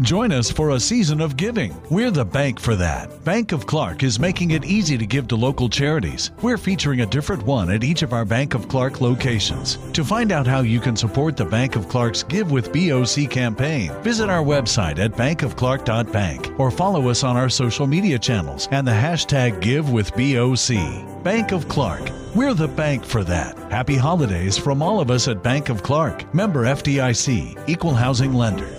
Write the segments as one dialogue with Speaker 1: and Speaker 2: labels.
Speaker 1: Join us for a season of giving. We're the bank for that. Bank of Clark is making it easy to give to local charities. We're featuring a different one at each of our Bank of Clark locations. To find out how you can support the Bank of Clark's Give with BOC campaign, visit our website at bankofclark.bank or follow us on our social media channels and the hashtag GiveWithBOC. Bank of Clark. We're the bank for that. Happy holidays from all of us at Bank of Clark. Member FDIC, Equal Housing Lender.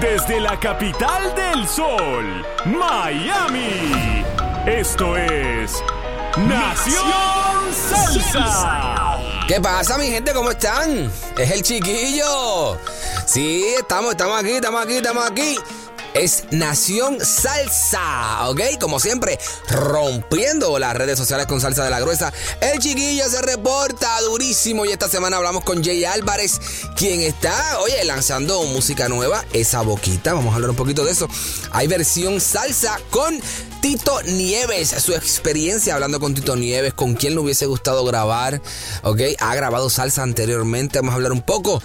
Speaker 2: Desde la capital del sol, Miami. Esto es Nación Salsa.
Speaker 3: ¿Qué pasa, mi gente? ¿Cómo están? Es el chiquillo. Sí, estamos, estamos aquí, estamos aquí, estamos aquí. Es Nación Salsa, ¿ok? Como siempre, rompiendo las redes sociales con salsa de la gruesa. El chiquillo se reporta durísimo y esta semana hablamos con Jay Álvarez, quien está, oye, lanzando música nueva, esa boquita, vamos a hablar un poquito de eso. Hay versión salsa con Tito Nieves, su experiencia hablando con Tito Nieves, con quien le hubiese gustado grabar, ¿ok? Ha grabado salsa anteriormente, vamos a hablar un poco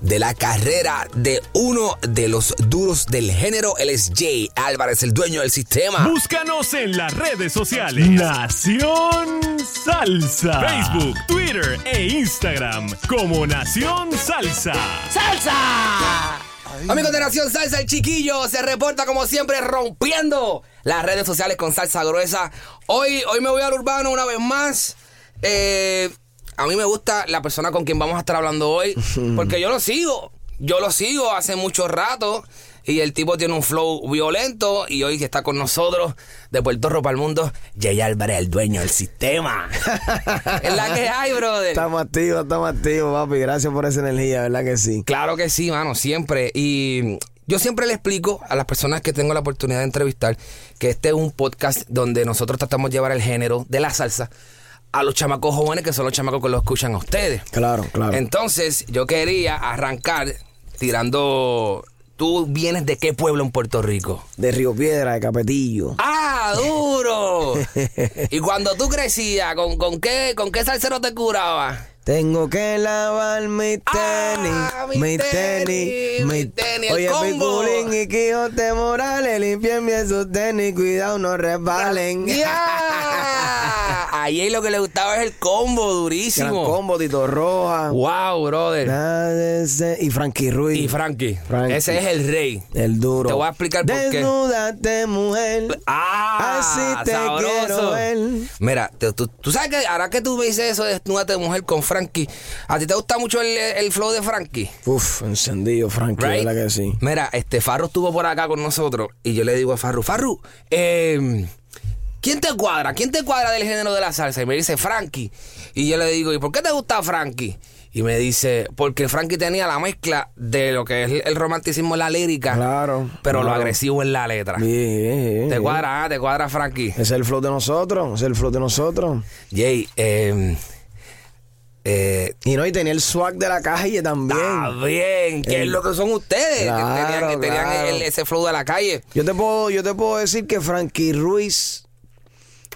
Speaker 3: de la carrera de uno de los duros del género. Él es Jay Álvarez, el dueño del sistema.
Speaker 2: Búscanos en las redes sociales.
Speaker 4: Nación Salsa.
Speaker 2: Facebook, Twitter e Instagram como Nación Salsa.
Speaker 3: ¡Salsa! Amigos de Nación Salsa, el chiquillo se reporta como siempre rompiendo las redes sociales con salsa gruesa. Hoy, hoy me voy al urbano una vez más. Eh, a mí me gusta la persona con quien vamos a estar hablando hoy, porque yo lo sigo. Yo lo sigo hace mucho rato y el tipo tiene un flow violento y hoy que está con nosotros de Puerto Rico al mundo, Jay Álvarez, el dueño del sistema. es la que hay, brother.
Speaker 4: Estamos activos, estamos activos, papi. Gracias por esa energía, ¿verdad que sí?
Speaker 3: Claro que sí, mano, siempre. Y yo siempre le explico a las personas que tengo la oportunidad de entrevistar que este es un podcast donde nosotros tratamos de llevar el género de la salsa a los chamacos jóvenes que son los chamacos que lo escuchan a ustedes.
Speaker 4: Claro, claro.
Speaker 3: Entonces, yo quería arrancar tirando. ¿Tú vienes de qué pueblo en Puerto Rico?
Speaker 4: De Río Piedra, de Capetillo.
Speaker 3: ¡Ah, duro! y cuando tú crecías, ¿con, con qué, con qué salsero te curabas?
Speaker 4: Tengo que lavar mi tenis,
Speaker 3: Ah, mi
Speaker 4: mi
Speaker 3: tenis,
Speaker 4: tenis,
Speaker 3: mi tenis, el
Speaker 4: Oye,
Speaker 3: combo.
Speaker 4: Piculín y Quijote Morales, limpien bien sus tenis, cuidado, no resbalen.
Speaker 3: ¡Ya! A Jay lo que le gustaba es el combo,
Speaker 4: Gran
Speaker 3: durísimo.
Speaker 4: combo, Tito Roja.
Speaker 3: ¡Wow, brother!
Speaker 4: nada de ese- Y Frankie Ruiz.
Speaker 3: Y Frankie,
Speaker 4: Frankie.
Speaker 3: ese es el rey.
Speaker 4: El duro.
Speaker 3: Te voy a explicar por qué.
Speaker 4: Desnúdate, mujer.
Speaker 3: Ah,
Speaker 4: Así te
Speaker 3: sabroso.
Speaker 4: quiero ver.
Speaker 3: Mira, te- tú, tú sabes que ahora que tú me dices eso, desnúdate mujer con Frankie. ¿A ti te gusta mucho el, el flow de Frankie?
Speaker 4: Uf, encendido, Frankie,
Speaker 3: Right?
Speaker 4: ¿verdad que sí?
Speaker 3: Mira, este Farru estuvo por acá con nosotros y yo le digo a Farru, Farru, eh, ¿quién te cuadra? ¿Quién te cuadra del género de la salsa? Y me dice Frankie. Y yo le digo, ¿y por qué te gusta Frankie? Y me dice, porque Frankie tenía la mezcla de lo que es el romanticismo en la lírica,
Speaker 4: Claro,
Speaker 3: pero lo
Speaker 4: claro.
Speaker 3: agresivo en la letra.
Speaker 4: Bien, bien, bien.
Speaker 3: Te
Speaker 4: bien.
Speaker 3: cuadra, ah, te cuadra Frankie.
Speaker 4: Ese es el flow de nosotros, ese es el flow de nosotros.
Speaker 3: Jay, eh, eh,
Speaker 4: Y no, y tenía el swag de la calle también.
Speaker 3: está bien, que es lo que son ustedes, que
Speaker 4: Claro,
Speaker 3: tenían, que tenían
Speaker 4: claro.
Speaker 3: el- ese flow de la calle.
Speaker 4: Yo te puedo, yo te puedo decir que Frankie Ruiz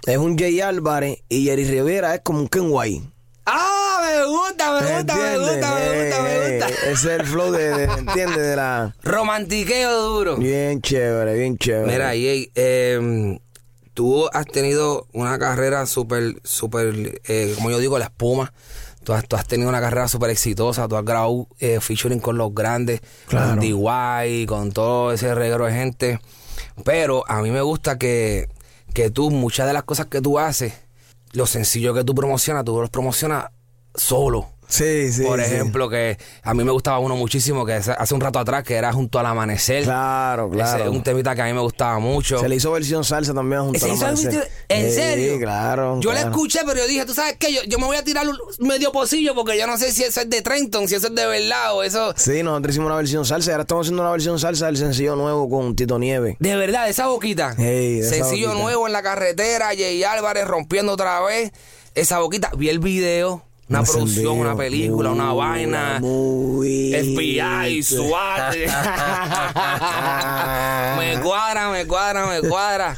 Speaker 4: es un Jay Álvarez y Jerry Rivera es como un Kenway.
Speaker 3: ¡Ah! Me gusta, me gusta, me gusta, me gusta, me gusta.
Speaker 4: Eh, Ese es el flow de, de- ¿entiendes? De la...
Speaker 3: Romantiqueo duro.
Speaker 4: Bien chévere, bien chévere.
Speaker 3: Mira, Jay, eh, tú has tenido una carrera súper, súper, eh, como yo digo, la espuma. Tú has, tú has tenido una carrera súper exitosa. Tú has grabado eh, featuring con los grandes, con
Speaker 4: Claro.
Speaker 3: DY, con todo ese reguero de gente. Pero a mí me gusta que, que tú, muchas de las cosas que tú haces, los sencillos que tú promocionas, tú los promocionas solo.
Speaker 4: Sí, sí.
Speaker 3: Por
Speaker 4: sí.
Speaker 3: ejemplo, que a mí me gustaba uno muchísimo que hace hace un rato atrás, que era junto al amanecer.
Speaker 4: Claro, claro.
Speaker 3: Ese es un temita que a mí me gustaba mucho.
Speaker 4: Se le hizo versión salsa también junto
Speaker 3: Ese
Speaker 4: al
Speaker 3: hizo el
Speaker 4: amanecer.
Speaker 3: video- ¿En
Speaker 4: Sí,
Speaker 3: serio?
Speaker 4: claro.
Speaker 3: Yo la
Speaker 4: claro.
Speaker 3: escuché, pero yo dije, tú sabes qué, yo, yo me voy a tirar un medio pocillo porque yo no sé si eso es de Trenton, si eso es de verdad o eso.
Speaker 4: Sí, nosotros hicimos una versión salsa y ahora estamos haciendo una versión salsa del sencillo nuevo con Tito Nieve.
Speaker 3: De verdad, esa boquita.
Speaker 4: Ey, de esa
Speaker 3: Sencillo
Speaker 4: boquita.
Speaker 3: nuevo en la carretera, Jay Álvarez rompiendo otra vez. Esa boquita. Vi el video, una
Speaker 4: Un
Speaker 3: producción,
Speaker 4: sendero,
Speaker 3: una película, una
Speaker 4: muy,
Speaker 3: vaina.
Speaker 4: Muy.
Speaker 3: FBI, SWAT. me cuadra, me cuadra, me cuadra.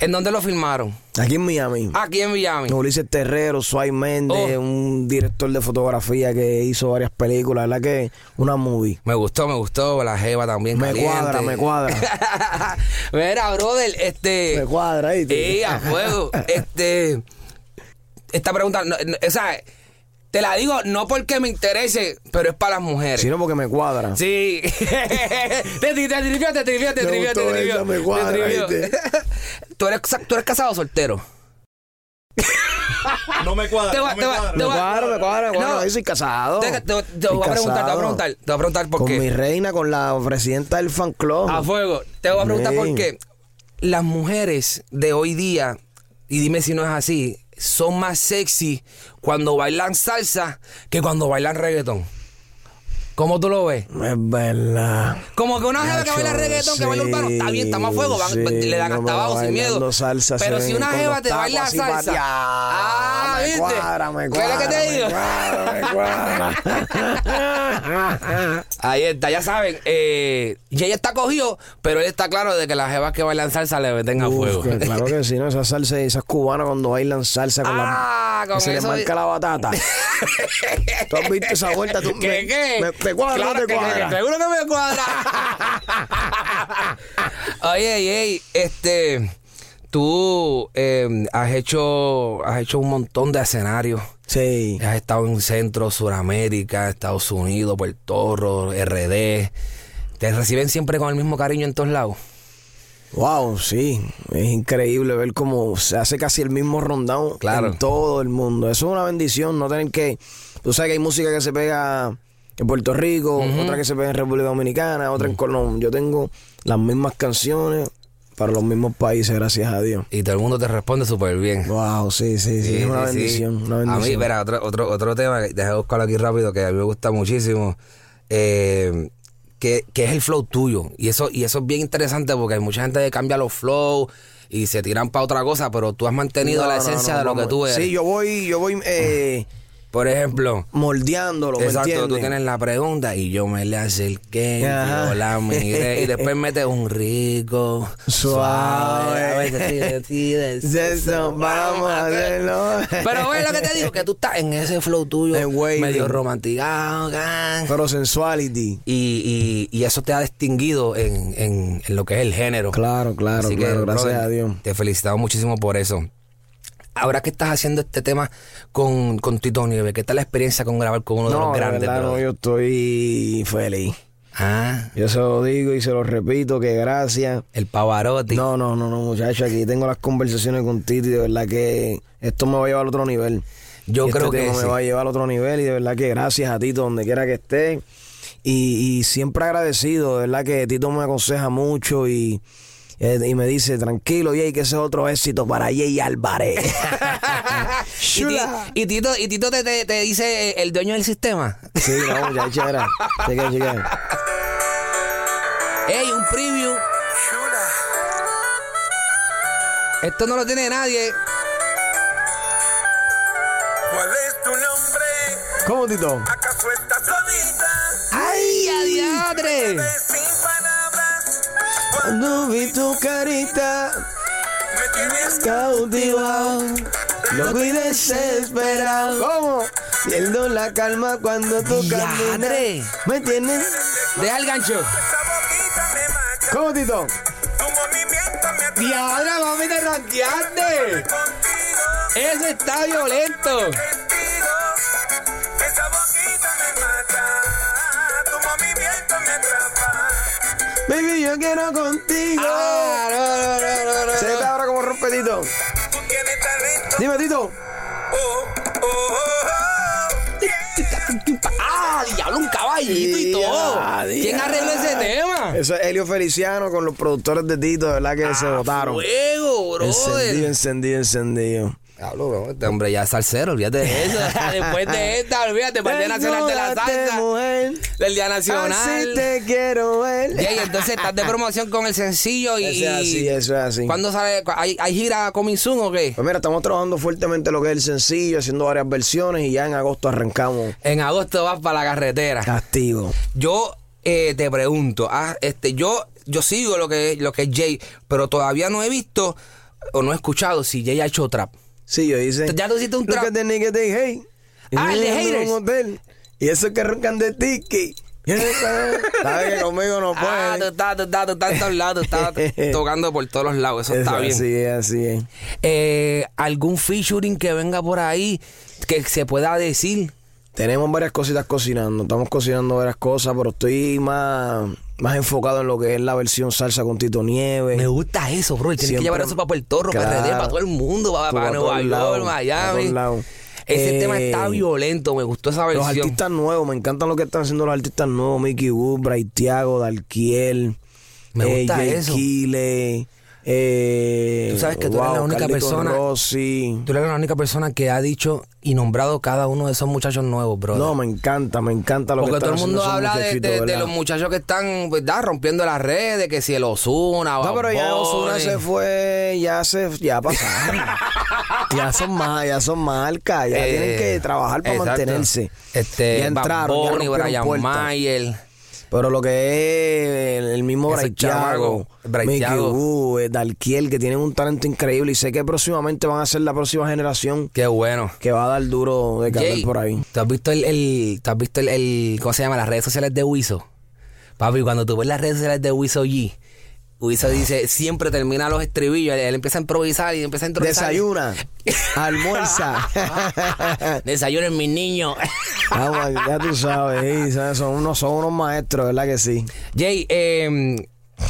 Speaker 3: ¿En dónde lo filmaron?
Speaker 4: Aquí en Miami.
Speaker 3: Aquí en Miami.
Speaker 4: Ulises Terrero, Suárez Méndez,
Speaker 3: Ah. Oh.
Speaker 4: un director de fotografía que hizo varias películas, la verdad que una movie.
Speaker 3: Me gustó, me gustó. La jeva también
Speaker 4: Me
Speaker 3: caliente.
Speaker 4: cuadra, me cuadra.
Speaker 3: Mira, brother, este...
Speaker 4: me cuadra, ahí.
Speaker 3: Ey, ah. a fuego. Este. Esta pregunta, no, no, o sea, te la digo no porque me interese, pero es para las mujeres.
Speaker 4: Sino porque me cuadra.
Speaker 3: Sí. te tri- te trivió, te trivió, te
Speaker 4: Me
Speaker 3: trivió, te
Speaker 4: gustó
Speaker 3: trivió.
Speaker 4: esa, me
Speaker 3: te
Speaker 4: cuadra,
Speaker 3: trivió.
Speaker 4: ¿viste?
Speaker 3: ¿Tú, eres, sa- tú eres casado o soltero.
Speaker 5: No me cuadra.
Speaker 3: Te va-
Speaker 5: no me
Speaker 3: te va-
Speaker 5: cuadra.
Speaker 3: te
Speaker 4: Me
Speaker 3: va-
Speaker 4: cuadra, me cuadra, me cuadra.
Speaker 3: No.
Speaker 4: Yo soy casado.
Speaker 3: Te, te- te
Speaker 4: Soy
Speaker 3: voy a preguntar, te voy a
Speaker 4: Oh, casado.
Speaker 3: preguntar, te voy a preguntar por
Speaker 4: Con
Speaker 3: qué. Ah,
Speaker 4: mi reina, con la presidenta del fan club.
Speaker 3: A fuego. Te voy a preguntar por
Speaker 4: Ey.
Speaker 3: qué. Las mujeres de hoy día, y dime si no es así, son más sexy cuando bailan salsa que cuando bailan reggaetón. ¿Cómo tú lo ves?
Speaker 4: Es verdad.
Speaker 3: Como que una jeva Ah, que
Speaker 4: Nacho,
Speaker 3: baila reggaetón, que baila urbano, está bien, está más fuego, van-
Speaker 4: sí,
Speaker 3: le dan
Speaker 4: no me
Speaker 3: hasta
Speaker 4: va
Speaker 3: abajo sin
Speaker 4: bailando
Speaker 3: miedo.
Speaker 4: salsa,
Speaker 3: Pero
Speaker 4: se
Speaker 3: si
Speaker 4: ven
Speaker 3: una
Speaker 4: con
Speaker 3: jeva
Speaker 4: los
Speaker 3: te
Speaker 4: tacos
Speaker 3: baila
Speaker 4: así
Speaker 3: salsa.
Speaker 4: pateados.
Speaker 3: Ah,
Speaker 4: me
Speaker 3: ¿viste?
Speaker 4: cuadra, me
Speaker 3: ¿Ves lo
Speaker 4: cuadra,
Speaker 3: que te digo?
Speaker 4: Me cuadra, me cuadra.
Speaker 3: Ahí está, ya saben. Eh, y ella está cogido, pero él está claro de que las jevas que bailan salsa le meten a fuego.
Speaker 4: Uf, que Pues claro que sí, ¿no? Esas salsas, esas cubanas cuando bailan salsa con
Speaker 3: Ah,
Speaker 4: la...
Speaker 3: con
Speaker 4: que se les
Speaker 3: eso-
Speaker 4: marca la batata. ¿Tú has visto esa vuelta? ¿Tú
Speaker 3: ¿Qué,
Speaker 4: me-
Speaker 3: qué?
Speaker 4: me- ¿Te cuadra o
Speaker 3: Claro
Speaker 4: no te
Speaker 3: que-
Speaker 4: cuadra?
Speaker 3: que- seguro que me cuadra. oye, oye, este. Tú eh, has hecho has hecho un montón de escenarios.
Speaker 4: Sí.
Speaker 3: Has estado en Centro, Suramérica, Estados Unidos, Puerto Rico, RD. Te reciben siempre con el mismo cariño en todos lados.
Speaker 4: Wow, sí, es increíble ver cómo se hace casi el mismo rondón
Speaker 3: Claro.
Speaker 4: en todo el mundo. Eso es una bendición, no tener que... Tú sabes que hay música que se pega en Puerto Rico, otra que se pega en República Dominicana, otra en Colombia. Yo tengo las mismas canciones para los mismos países, gracias a Dios.
Speaker 3: Y todo el mundo te responde súper bien.
Speaker 4: Wow, sí, sí, sí, es una
Speaker 3: sí, sí.
Speaker 4: bendición, una
Speaker 3: A mí,
Speaker 4: bendición.
Speaker 3: verá, otro, otro, otro tema, que- déjame buscarlo aquí rápido, que a mí me gusta muchísimo, eh, que, que es el flow tuyo. Y eso, y eso es bien interesante porque hay mucha gente que cambia los flows y se tiran para otra cosa, pero tú has mantenido
Speaker 4: No,
Speaker 3: la
Speaker 4: no,
Speaker 3: esencia
Speaker 4: no,
Speaker 3: de lo
Speaker 4: vamos.
Speaker 3: que tú eres.
Speaker 4: Sí, yo voy, yo voy eh,
Speaker 3: Por ejemplo...
Speaker 4: moldeándolo, ¿me
Speaker 3: Exacto, tú
Speaker 4: entiendes?
Speaker 3: tienes la pregunta y yo me le acerqué,
Speaker 4: Ajá.
Speaker 3: yo la miré y después metes un rico,
Speaker 4: Suave.
Speaker 3: suave, a veces sí, de ti, de
Speaker 4: Eso, vamos a hacerlo.
Speaker 3: Pero ves lo que te digo, que tú estás en ese flow tuyo,
Speaker 4: En waving.
Speaker 3: medio romanticado, gan.
Speaker 4: Pero sensuality.
Speaker 3: y, y, y eso te ha distinguido en, en- en lo que es el género.
Speaker 4: Claro, claro,
Speaker 3: Así que,
Speaker 4: claro, gracias
Speaker 3: brother,
Speaker 4: a Dios.
Speaker 3: Te felicitamos muchísimo por eso. Ahora que estás haciendo este tema con, con Tito Nieves, ¿qué tal la experiencia con grabar con uno de
Speaker 4: No,
Speaker 3: los
Speaker 4: de
Speaker 3: grandes?
Speaker 4: verdad, no,
Speaker 3: brother?
Speaker 4: yo estoy feliz.
Speaker 3: Ah,
Speaker 4: Yo se lo digo y se lo repito, que gracias.
Speaker 3: el Pavarotti.
Speaker 4: No, no, no, no, muchachos, aquí tengo las conversaciones con Titi, de verdad que esto me va a llevar a otro nivel.
Speaker 3: Yo
Speaker 4: Este
Speaker 3: creo que
Speaker 4: tema
Speaker 3: sí.
Speaker 4: me va a llevar a otro nivel y de verdad que gracias a Tito, donde quiera que esté. Y, y siempre agradecido, de verdad que Tito me aconseja mucho y, eh, y me dice, tranquilo, Jay, que ese es otro éxito para Jay Álvarez.
Speaker 3: y, ti- y Tito, y Tito te, te- te dice eh, el dueño del sistema.
Speaker 4: sí, no, muchachos, era. Checa, checa.
Speaker 3: ¡Ey, un preview! Esto no lo tiene nadie.
Speaker 6: ¿Cuál es tu nombre?
Speaker 4: ¿Cómo, Tito?
Speaker 6: ¿Acaso estás solita?
Speaker 3: ¡Ay, adiadre!
Speaker 6: Sin palabras,
Speaker 4: Cuando vi tu carita,
Speaker 6: me tienes
Speaker 4: cautivado, loco y desesperado. ¿Cómo? Pierdo la calma cuando tú caminas.
Speaker 3: ¡Diadre!
Speaker 4: ¿Me entiendes?
Speaker 3: Deja el gancho.
Speaker 6: esa boquita me mata.
Speaker 4: ¿Cómo, Tito?
Speaker 6: Tu movimiento me atrae
Speaker 3: ¡Diadre, mami, te ranteaste!
Speaker 6: contigo,
Speaker 3: ¡Eso está violento!
Speaker 6: contigo. Esa boquita me mata. Tu movimiento me atrapa.
Speaker 4: Baby, yo quiero contigo.
Speaker 3: Ah, no, no, no, no, no.
Speaker 4: Se ve ahora como rompe Tito.
Speaker 6: Tú tienes talento.
Speaker 4: Dime, Tito.
Speaker 6: Oh, oh, oh, oh. Yeah.
Speaker 3: Ah, caballito y todo.
Speaker 4: Ya, ya.
Speaker 3: ¿Quién arregló ese tema?
Speaker 4: Eso es Helio Feliciano con los productores de Tito, de verdad que se votaron.
Speaker 3: Fuego,
Speaker 4: Encendido,
Speaker 3: brother.
Speaker 4: encendido, encendido.
Speaker 3: Hablo, bro, este hombre ya es salsero, olvídate de eso. Después de esta, olvídate, para el Día Nacional de la
Speaker 4: Desnúdate,
Speaker 3: Salsa.
Speaker 4: mujer,
Speaker 3: Del Día
Speaker 4: Así
Speaker 3: Nacional.
Speaker 4: te quiero ver.
Speaker 3: Ya, Y entonces estás de promoción con el sencillo y.
Speaker 4: Eso es así, eso es así.
Speaker 3: ¿Cuándo sale? ¿Cu- ¿Hay, hay gira Coming Soon o qué?
Speaker 4: Pues mira, estamos trabajando fuertemente lo que es el sencillo, haciendo varias versiones y ya en agosto arrancamos
Speaker 3: En agosto vas para la carretera.
Speaker 4: castigo.
Speaker 3: Yo eh, te pregunto, ah, este, yo, yo sigo lo que, lo que es Jay, pero todavía no he visto o no he escuchado si Jay ha hecho trap.
Speaker 4: Sí, yo hice.
Speaker 3: Ya tú hiciste un
Speaker 4: Look
Speaker 3: trap.
Speaker 4: at the nigga they hate.
Speaker 3: Ah, el de
Speaker 4: Viviendo en
Speaker 3: haters.
Speaker 4: un hotel. Y esos que roncan de tiki. Sabes que conmigo no pueden.
Speaker 3: Ah, tú estás, tú estás, tú estás en todos lados, tú estás tocando por todos los lados, eso está
Speaker 4: Eso,
Speaker 3: bien.
Speaker 4: Así es, así es.
Speaker 3: Eh, ¿Algún featuring que venga por ahí que se pueda decir?
Speaker 4: Tenemos varias cositas cocinando, estamos cocinando varias cosas, pero estoy más, más enfocado en lo que es la versión salsa con Tito Nieves.
Speaker 3: Me gusta eso, bro. y Tienes que
Speaker 4: Siempre-
Speaker 3: llevar eso para Puerto Rico, para
Speaker 4: Claro.
Speaker 3: RD, para todo el mundo, para,
Speaker 4: Para
Speaker 3: para
Speaker 4: todos
Speaker 3: Nueva York,
Speaker 4: lados, para
Speaker 3: Miami.
Speaker 4: todos lados.
Speaker 3: Ese
Speaker 4: Eh,
Speaker 3: tema está violento, me gustó esa
Speaker 4: Los
Speaker 3: versión.
Speaker 4: artistas nuevos, me encantan lo que están haciendo los artistas nuevos, Mickey Woodbra, Tiago, Dalquiel, eh,
Speaker 3: Me gusta
Speaker 4: Jay
Speaker 3: eso.
Speaker 4: Kile, eh,
Speaker 3: Tú sabes que tú eres la única
Speaker 4: Carlitos
Speaker 3: persona-
Speaker 4: Rossi.
Speaker 3: Tú eres la única persona que ha dicho y nombrado cada uno de esos muchachos nuevos, bro.
Speaker 4: No, me encanta, me encanta lo
Speaker 3: Porque
Speaker 4: que
Speaker 3: todo
Speaker 4: están
Speaker 3: el mundo
Speaker 4: haciendo esos
Speaker 3: habla de,
Speaker 4: muchachitos,
Speaker 3: de- de
Speaker 4: ¿verdad?
Speaker 3: los muchachos que están, ¿verdad? Rompiendo las redes, que si el Osuna,
Speaker 4: No, pero ya Ozuna se fue, ya se, ya pasaron. ya son más, ya son marcas, ya tienen que trabajar para mantenerse.
Speaker 3: eh, Este,
Speaker 4: ya entraron, ya
Speaker 3: Bad Bunny,
Speaker 4: rompieron
Speaker 3: Brian
Speaker 4: puertas.
Speaker 3: Mayer.
Speaker 4: Pero lo que es el, el mismo
Speaker 3: Ese
Speaker 4: Braichago,
Speaker 3: chamaco, Bryce
Speaker 4: Mickey
Speaker 3: Thiago.
Speaker 4: Wu, eh, Dalquiel, que tienen un talento increíble y sé que próximamente van a ser la próxima generación
Speaker 3: Qué bueno.
Speaker 4: que va a dar duro de
Speaker 3: Jay,
Speaker 4: cargar por ahí.
Speaker 3: ¿Tú has visto el, el- tú has visto el, el- ¿cómo se llama? Las redes sociales de Wiso. Papi, cuando tú ves las redes sociales de Wiso G,
Speaker 4: Ah.
Speaker 3: Wiso dice, siempre termina los estribillos, él, él empieza a improvisar y empieza a improvisar.
Speaker 4: Desayuna, almuerza.
Speaker 3: Desayunen mis niños.
Speaker 4: Vamos, Ah, ya tú sabes, sí, sabes, son unos, son unos maestros, ¿verdad que sí?
Speaker 3: Jay, eh,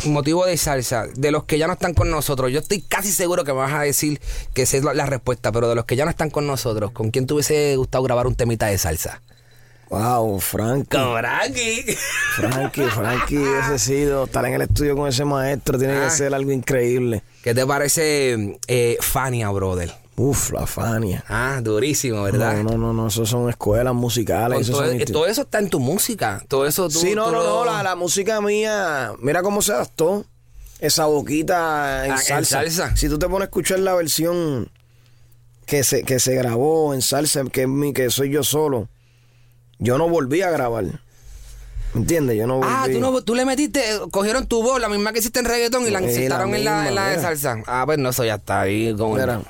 Speaker 3: motivo de salsa, de los que ya no están con nosotros, yo estoy casi seguro que me vas a decir que esa es la, la respuesta, pero de los que ya no están con nosotros, ¿con quién te hubiese gustado grabar un temita de salsa?
Speaker 4: Wow, Frankie.
Speaker 3: Con Frankie.
Speaker 4: Frankie, Frankie, ese sido, estar en el estudio con ese maestro tiene que
Speaker 3: Ah.
Speaker 4: ser algo increíble.
Speaker 3: ¿Qué te parece eh, Fania, brother?
Speaker 4: Uf, la Fania.
Speaker 3: Ah, durísimo, ¿verdad?
Speaker 4: No, no, no, no, eso son escuelas musicales.
Speaker 3: Con
Speaker 4: Eso
Speaker 3: todo,
Speaker 4: son
Speaker 3: eh,
Speaker 4: insti-
Speaker 3: todo eso está en tu música. Todo eso tú.
Speaker 4: sí, no,
Speaker 3: tú
Speaker 4: no,
Speaker 3: lo-
Speaker 4: no, la, la música mía, mira cómo se adaptó esa boquita en,
Speaker 3: Ah, en
Speaker 4: salsa.
Speaker 3: salsa.
Speaker 4: Si tú te pones a escuchar la versión que se, que se grabó en salsa, que es mi, que soy yo solo, yo no volví a grabar. ¿Entiendes? Yo no volví.
Speaker 3: Ah, tú, no- tú le metiste, cogieron tu voz, la misma que hiciste en reggaetón, y la
Speaker 4: Eh, la
Speaker 3: insertaron en, la, en la de
Speaker 4: misma, mira.
Speaker 3: salsa. Ah, pues no, eso ya está ahí. Como
Speaker 4: Mira.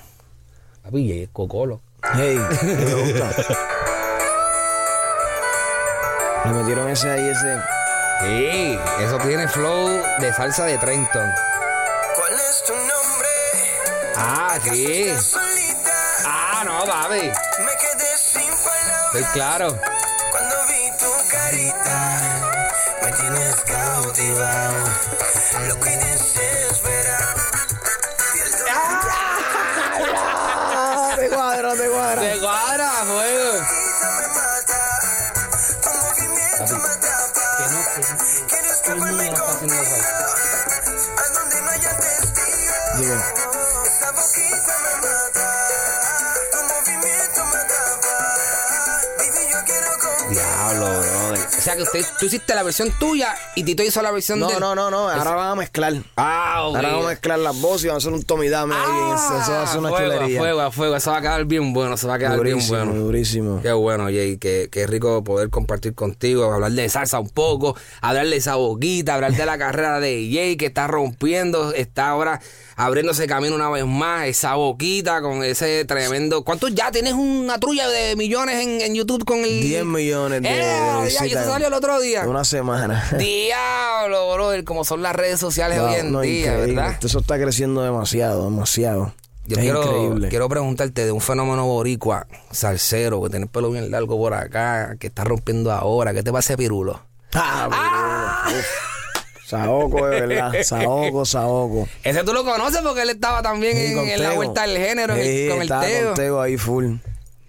Speaker 3: Papi, eh, cocolo.
Speaker 4: Hey, me gusta. Le metieron ese ahí, ese.
Speaker 3: Sí, eso tiene flow de salsa de Trenton.
Speaker 6: ¿Cuál es tu nombre?
Speaker 3: Ah, sí.
Speaker 6: Solita,
Speaker 3: Ah, no, papi.
Speaker 6: me quedé sin
Speaker 3: Estoy
Speaker 6: palabras
Speaker 3: claro.
Speaker 6: cuando vi tu carita. Me tienes cautivado, loco y desesperado.
Speaker 4: Ah, te cuadra, te cuadra.
Speaker 3: Se cuadra, juego.
Speaker 6: me mata, tu movimiento me atrapa.
Speaker 3: Que no, que no.
Speaker 6: Quiero
Speaker 3: Todo el mundo
Speaker 6: escaparme
Speaker 3: la está haciendo
Speaker 6: contigo,
Speaker 3: salsa.
Speaker 6: a donde no haya testigos.
Speaker 4: Digo,
Speaker 6: Esa boquita me mata, tu movimiento me atrapa. Baby, yo quiero contigo.
Speaker 3: Diablo, brother. O sea que usted, tú hiciste la versión tuya y Tito hizo la versión de
Speaker 4: No, no, no, no, ahora van a mezclar.
Speaker 3: Ah, ok.
Speaker 4: Ahora vamos a mezclar las voces y vamos a hacer un tomidame ahí. Eso, eso va a ser una
Speaker 3: Ah, fuego,
Speaker 4: chulería.
Speaker 3: A fuego, a fuego. Eso va a quedar bien bueno. Eso va a quedar
Speaker 4: Durísimo,
Speaker 3: bien bueno.
Speaker 4: durísimo.
Speaker 3: Qué bueno, Jay. Qué, qué rico poder compartir contigo, hablar de salsa un poco, hablar de esa boquita, hablar de la carrera de Jay que está rompiendo, está ahora abriéndose camino una vez más, esa boquita con ese tremendo... ¿Cuántos ya tienes una trulla de millones en, en YouTube con el...
Speaker 4: 10 millones de,
Speaker 3: ¡Eh!
Speaker 4: de
Speaker 3: Ya, y
Speaker 4: visitas
Speaker 3: eso salió el otro día.
Speaker 4: en Una semana.
Speaker 3: Diablo, brother, como son las redes sociales
Speaker 4: Wow,
Speaker 3: hoy en
Speaker 4: no,
Speaker 3: día,
Speaker 4: increíble.
Speaker 3: ¿verdad?
Speaker 4: Eso está creciendo demasiado, demasiado.
Speaker 3: Yo
Speaker 4: es
Speaker 3: quiero,
Speaker 4: increíble.
Speaker 3: quiero preguntarte de un fenómeno boricua, salsero, que tiene el pelo bien largo por acá, que está rompiendo ahora. ¿Qué te pasa, Pirulo?
Speaker 4: Ah, boludo. Uf. Saoco, de verdad. Saoco, Saoco.
Speaker 3: Ese tú lo conoces porque él estaba también
Speaker 4: Sí,
Speaker 3: en,
Speaker 4: con
Speaker 3: en la
Speaker 4: Tego.
Speaker 3: vuelta del género, en el-
Speaker 4: Sí,
Speaker 3: con el
Speaker 4: estaba
Speaker 3: Teo.
Speaker 4: con Tego ahí full.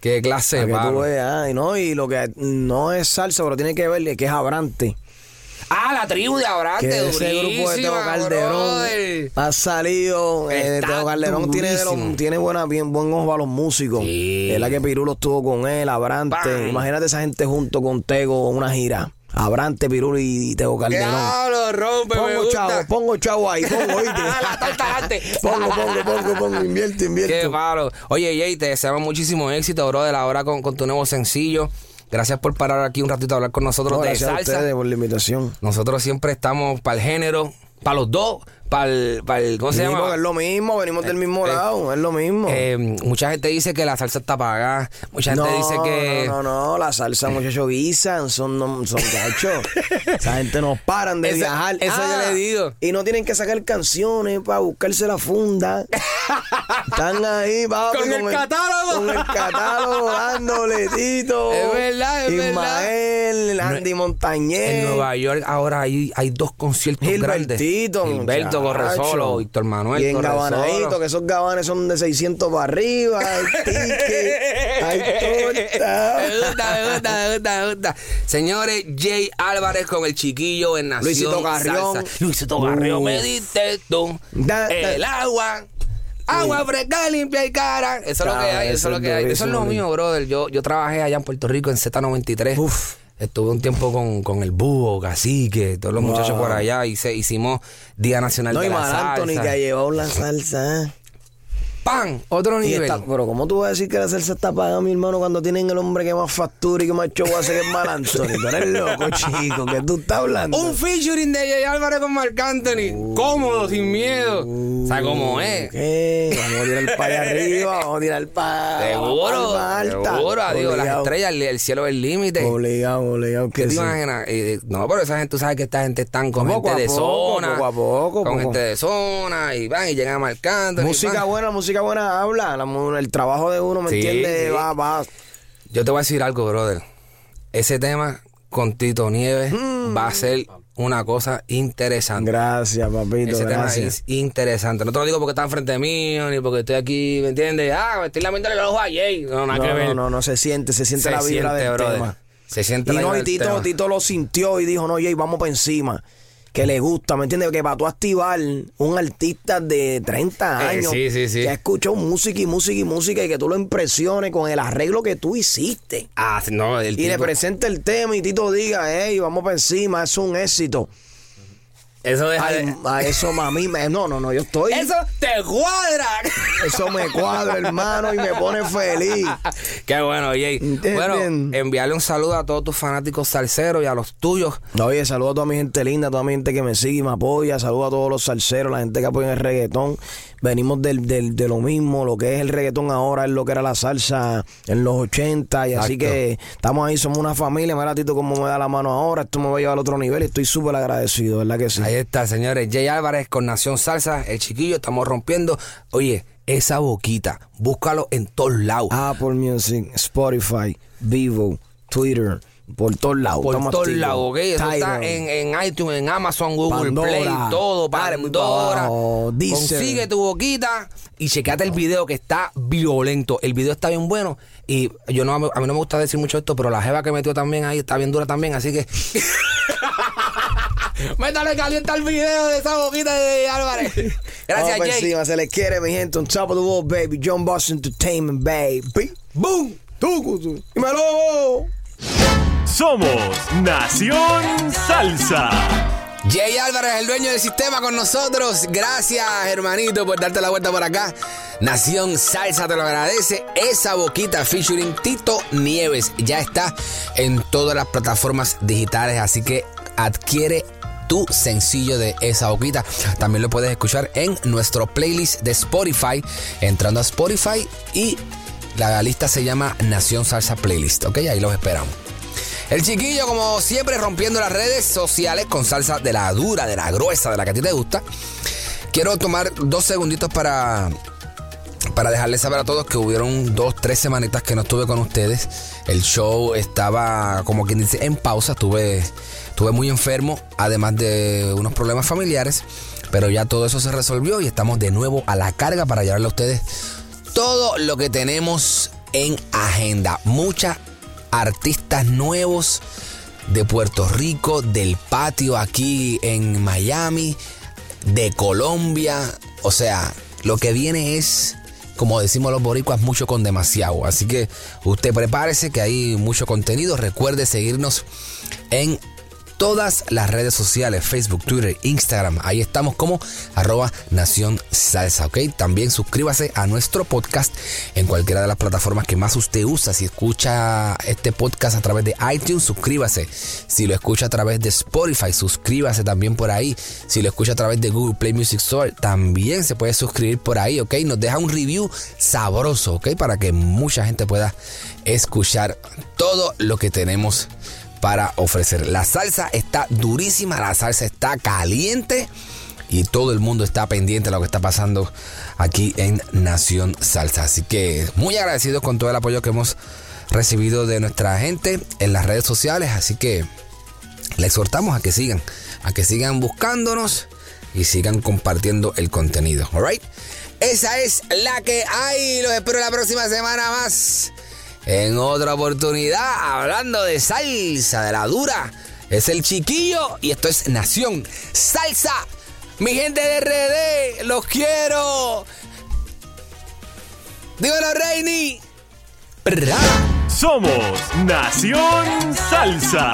Speaker 3: Qué clase
Speaker 4: Para
Speaker 3: de
Speaker 4: que tú
Speaker 3: palo.
Speaker 4: veas, ay, no, y lo que no es salsa, pero tiene que ver que es abrante.
Speaker 3: Ah, la tribu de Abrante,
Speaker 4: Que ese grupo de Teo
Speaker 3: durísima,
Speaker 4: Calderón
Speaker 3: brother.
Speaker 4: ha salido. eh,
Speaker 3: Está
Speaker 4: Teo Calderón tiene, de los-
Speaker 3: durísimo.
Speaker 4: tiene buena, bien, buen ojo a los músicos.
Speaker 3: Sí.
Speaker 4: Es la que Pirulo estuvo con él, Abrante.
Speaker 3: Bam.
Speaker 4: Imagínate esa gente junto con Tego en una gira. Abrante, Pirulo y Teo Calderón.
Speaker 3: Diablo, rompe, me
Speaker 4: Pongo
Speaker 3: gusta.
Speaker 4: chavo, pongo chavo ahí, pongo, oíste.
Speaker 3: La torta adelante.
Speaker 4: pongo, pongo, pongo, pongo, invierte, invierte.
Speaker 3: Qué paro. Oye, Jay, te deseamos muchísimo éxito, bro, de la hora con, con tu nuevo sencillo. Gracias por parar aquí un ratito a hablar con nosotros
Speaker 4: No,
Speaker 3: de
Speaker 4: gracias a
Speaker 3: salsa.
Speaker 4: ustedes por la invitación.
Speaker 3: Nosotros siempre estamos para el género, para los dos, para el, pa' el- ¿Cómo se
Speaker 4: Sí,
Speaker 3: llama?
Speaker 4: porque es lo mismo, venimos del mismo
Speaker 3: eh,
Speaker 4: lado, es lo mismo.
Speaker 3: Eh, mucha gente dice que la salsa está apagada. Mucha gente dice que.
Speaker 4: No, no, no, la salsa muchachos guisan, son, no- son gachos. Esa gente nos paran de
Speaker 3: Eso-
Speaker 4: viajar. Ah,
Speaker 3: eso yo le digo.
Speaker 4: Y no tienen que sacar canciones para buscarse la funda. Están ahí, papi,
Speaker 3: Con el catálogo.
Speaker 4: Con el catálogo dándole, Tito.
Speaker 3: Es verdad, es
Speaker 4: Ismael, Andy Montañez.
Speaker 3: En Nueva York ahora hay, hay dos conciertos grandes.
Speaker 4: Gilbertito,
Speaker 3: Gilberto
Speaker 4: muchacho.
Speaker 3: Corresolo, Víctor Manuel
Speaker 4: Y en
Speaker 3: Corresolo.
Speaker 4: Gabanadito, que esos gabanes son de 600 para arriba. Hay ticket, hay torta.
Speaker 3: Me gusta, me gusta, me gusta, me gusta. Señores, Jay Álvarez con el chiquillo en Nación
Speaker 4: Luisito Carrión.
Speaker 3: Salsa. Luisito Carrión,
Speaker 4: Uf.
Speaker 3: me diste tú
Speaker 4: Da- da-
Speaker 3: el agua. Agua fresca, limpia y cara. Eso es lo que
Speaker 4: Ah,
Speaker 3: hay, eso
Speaker 4: eso
Speaker 3: es lo
Speaker 4: es
Speaker 3: que hay. Eso es lo
Speaker 4: durísimo,
Speaker 3: mío, brother. Yo, yo trabajé allá en Puerto Rico en Z93.
Speaker 4: Uf.
Speaker 3: Estuve un tiempo con, con el búho, cacique, todos los muchachos por allá. Hice, hicimos Día Nacional
Speaker 4: No,
Speaker 3: de
Speaker 4: y
Speaker 3: la
Speaker 4: Mar Anthony
Speaker 3: Salsa.
Speaker 4: que ha llevado la salsa. ¿eh?
Speaker 3: ¡Pam! Otro
Speaker 4: Y
Speaker 3: nivel.
Speaker 4: está- pero ¿cómo tú vas a decir que la salsa está pagada, mi hermano, cuando tienen el hombre que más factura y que más show hace que es Mar Anthony? Tú eres loco, chico, que tú estás hablando.
Speaker 3: Un featuring de Jay Álvarez con Marc Anthony. Cómodo, sin miedo. o sea, como es.
Speaker 4: Oh.
Speaker 3: eh.
Speaker 4: ¿Qué? Vamos a tirar para allá arriba, vamos a tirar para
Speaker 3: Seguro, seguro, adiós, las estrellas, el, el cielo es el límite.
Speaker 4: Obligado, obligado
Speaker 3: ¿Qué
Speaker 4: que
Speaker 3: te
Speaker 4: sí.
Speaker 3: imaginas? Eh, eh, no, pero esa gente, tú sabes que esta gente están con
Speaker 4: Poco
Speaker 3: gente de
Speaker 4: a poco,
Speaker 3: zona.
Speaker 4: poco a poco,
Speaker 3: con
Speaker 4: poco.
Speaker 3: gente de zona y van y llegan marcando.
Speaker 4: Música buena, música buena habla. La mu- el trabajo de uno, ¿me
Speaker 3: Sí,
Speaker 4: entiendes?
Speaker 3: sí.
Speaker 4: Va, va.
Speaker 3: Yo te voy a decir algo, brother. Ese tema con Tito Nieves
Speaker 4: Mm.
Speaker 3: va a ser una cosa interesante.
Speaker 4: Gracias, papito.
Speaker 3: Ese tema
Speaker 4: gracias.
Speaker 3: es interesante. No te lo digo porque está enfrente mío, ni porque estoy aquí, ¿me entiendes? Ah, me estoy lamiéndole los ojos a Jay. No, nada
Speaker 4: No,
Speaker 3: que ver.
Speaker 4: no, no, no, se siente, se siente
Speaker 3: Se
Speaker 4: la vibra
Speaker 3: siente,
Speaker 4: del
Speaker 3: brother.
Speaker 4: tema.
Speaker 3: Se siente
Speaker 4: y
Speaker 3: la
Speaker 4: no,
Speaker 3: vibra
Speaker 4: y
Speaker 3: del
Speaker 4: Tito,
Speaker 3: tema.
Speaker 4: Tito lo sintió y dijo, no, Jay, vamos para encima. Que le gusta, ¿me entiendes? Que para tú activar un artista de 30
Speaker 3: Eh,
Speaker 4: años
Speaker 3: sí, sí, sí.
Speaker 4: que ha escuchado música y música y música y que tú lo impresiones con el arreglo que tú hiciste.
Speaker 3: Ah, no, el
Speaker 4: Y le
Speaker 3: tipo-
Speaker 4: presenta el tema y Tito diga, hey, vamos para encima, es un éxito.
Speaker 3: Eso deja
Speaker 4: Ay,
Speaker 3: de-
Speaker 4: a eso mami, me- no, no, no, yo estoy...
Speaker 3: Eso te cuadra.
Speaker 4: Eso me cuadra, hermano, y me pone feliz.
Speaker 3: Qué bueno, Jay.
Speaker 4: ¿Entienden?
Speaker 3: Bueno, enviarle un saludo a todos tus fanáticos salseros y a los tuyos.
Speaker 4: Oye, saludo a toda mi gente linda, a toda mi gente que me sigue y me apoya, saludo a todos los salseros, la gente que apoya el reggaetón. Venimos del, del- de lo mismo, lo que es el reggaetón ahora es lo que era la salsa en los 80 y así
Speaker 3: Exacto.
Speaker 4: que estamos ahí, somos una familia, mira Tito cómo me da la mano ahora, esto me va a llevar al otro nivel y estoy súper agradecido, ¿verdad que sí?
Speaker 3: Ahí está, señores. Jay Álvarez con Nación Salsa, el chiquillo, estamos rompiendo. Oye, esa boquita, búscalo en todos lados.
Speaker 4: Apple Music, Spotify, Vivo, Twitter, por todos lados.
Speaker 3: por
Speaker 4: estamos
Speaker 3: todos
Speaker 4: activos.
Speaker 3: lados, ¿ok? Eso está
Speaker 4: Tidal.
Speaker 3: en, en iTunes, en Amazon, Google Play,
Speaker 4: Pandora.
Speaker 3: todo,
Speaker 4: Dale, muy pa'
Speaker 3: Pandora.
Speaker 4: abajo, Deezer.
Speaker 3: Consigue tu boquita y checate el video que está violento. El video está bien bueno y yo no a mí no me gusta decir mucho esto, pero la jeva que metió también ahí está bien dura también, así que métale caliente al video de esa boquita de Álvarez. Gracias,
Speaker 4: Vamos pa'
Speaker 3: Jay.
Speaker 4: encima, se les quiere, mi gente. On top of the world, baby. John Boss Entertainment, baby.
Speaker 3: Boom.
Speaker 4: Tucu, tu. ¡Dímelo!
Speaker 2: Somos Nación Salsa.
Speaker 3: Jay Álvarez, el dueño del sistema con nosotros. Gracias, hermanito, por darte la vuelta por acá. Nación Salsa te lo agradece. Esa boquita featuring Tito Nieves ya está en todas las plataformas digitales, así que adquiere tu sencillo de esa boquita. También lo puedes escuchar en nuestro playlist de Spotify, entrando a Spotify y la lista se llama Nación Salsa Playlist, ¿ok? Ahí los esperamos. El chiquillo, como siempre, rompiendo las redes sociales con salsa de la dura, de la gruesa, de la que a ti te gusta. Quiero tomar dos segunditos para, para dejarles saber a todos que hubieron dos, tres semanitas que no estuve con ustedes. El show estaba, como quien dice, en pausa. Estuve, estuve muy enfermo, además de unos problemas familiares. Pero ya todo eso se resolvió y estamos de nuevo a la carga para llevarle a ustedes todo lo que tenemos en agenda. Muchas artistas nuevos de Puerto Rico, del patio aquí en Miami, de Colombia. O sea, lo que viene es, como decimos los boricuas, mucho con demasiado. Así que usted prepárese que hay mucho contenido. Recuerde seguirnos en todas las redes sociales, Facebook, Twitter, Instagram. Ahí estamos como arroba Nación Salsa, ¿ok? También suscríbase a nuestro podcast en cualquiera de las plataformas que más usted usa. Si escucha este podcast a través de iTunes, suscríbase. Si lo escucha a través de Spotify, suscríbase también por ahí. Si lo escucha a través de Google Play Music Store, también se puede suscribir por ahí, ¿ok? Nos deja un review sabroso, ¿ok? Para que mucha gente pueda escuchar todo lo que tenemos para ofrecer. La salsa está durísima, la salsa está caliente y todo el mundo está pendiente de lo que está pasando aquí en Nación Salsa. Así que muy agradecidos con todo el apoyo que hemos recibido de nuestra gente en las redes sociales. Así que le exhortamos a que sigan, a que sigan buscándonos y sigan compartiendo el contenido. All right? Esa es la que hay. Los espero la próxima semana más. En otra oportunidad, hablando de salsa, de la dura, es el chiquillo y esto es Nación Salsa. Mi gente de RD, los quiero. Dígalo, Reini.
Speaker 2: Somos Nación Salsa.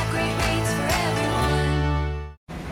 Speaker 7: great rates for everyone.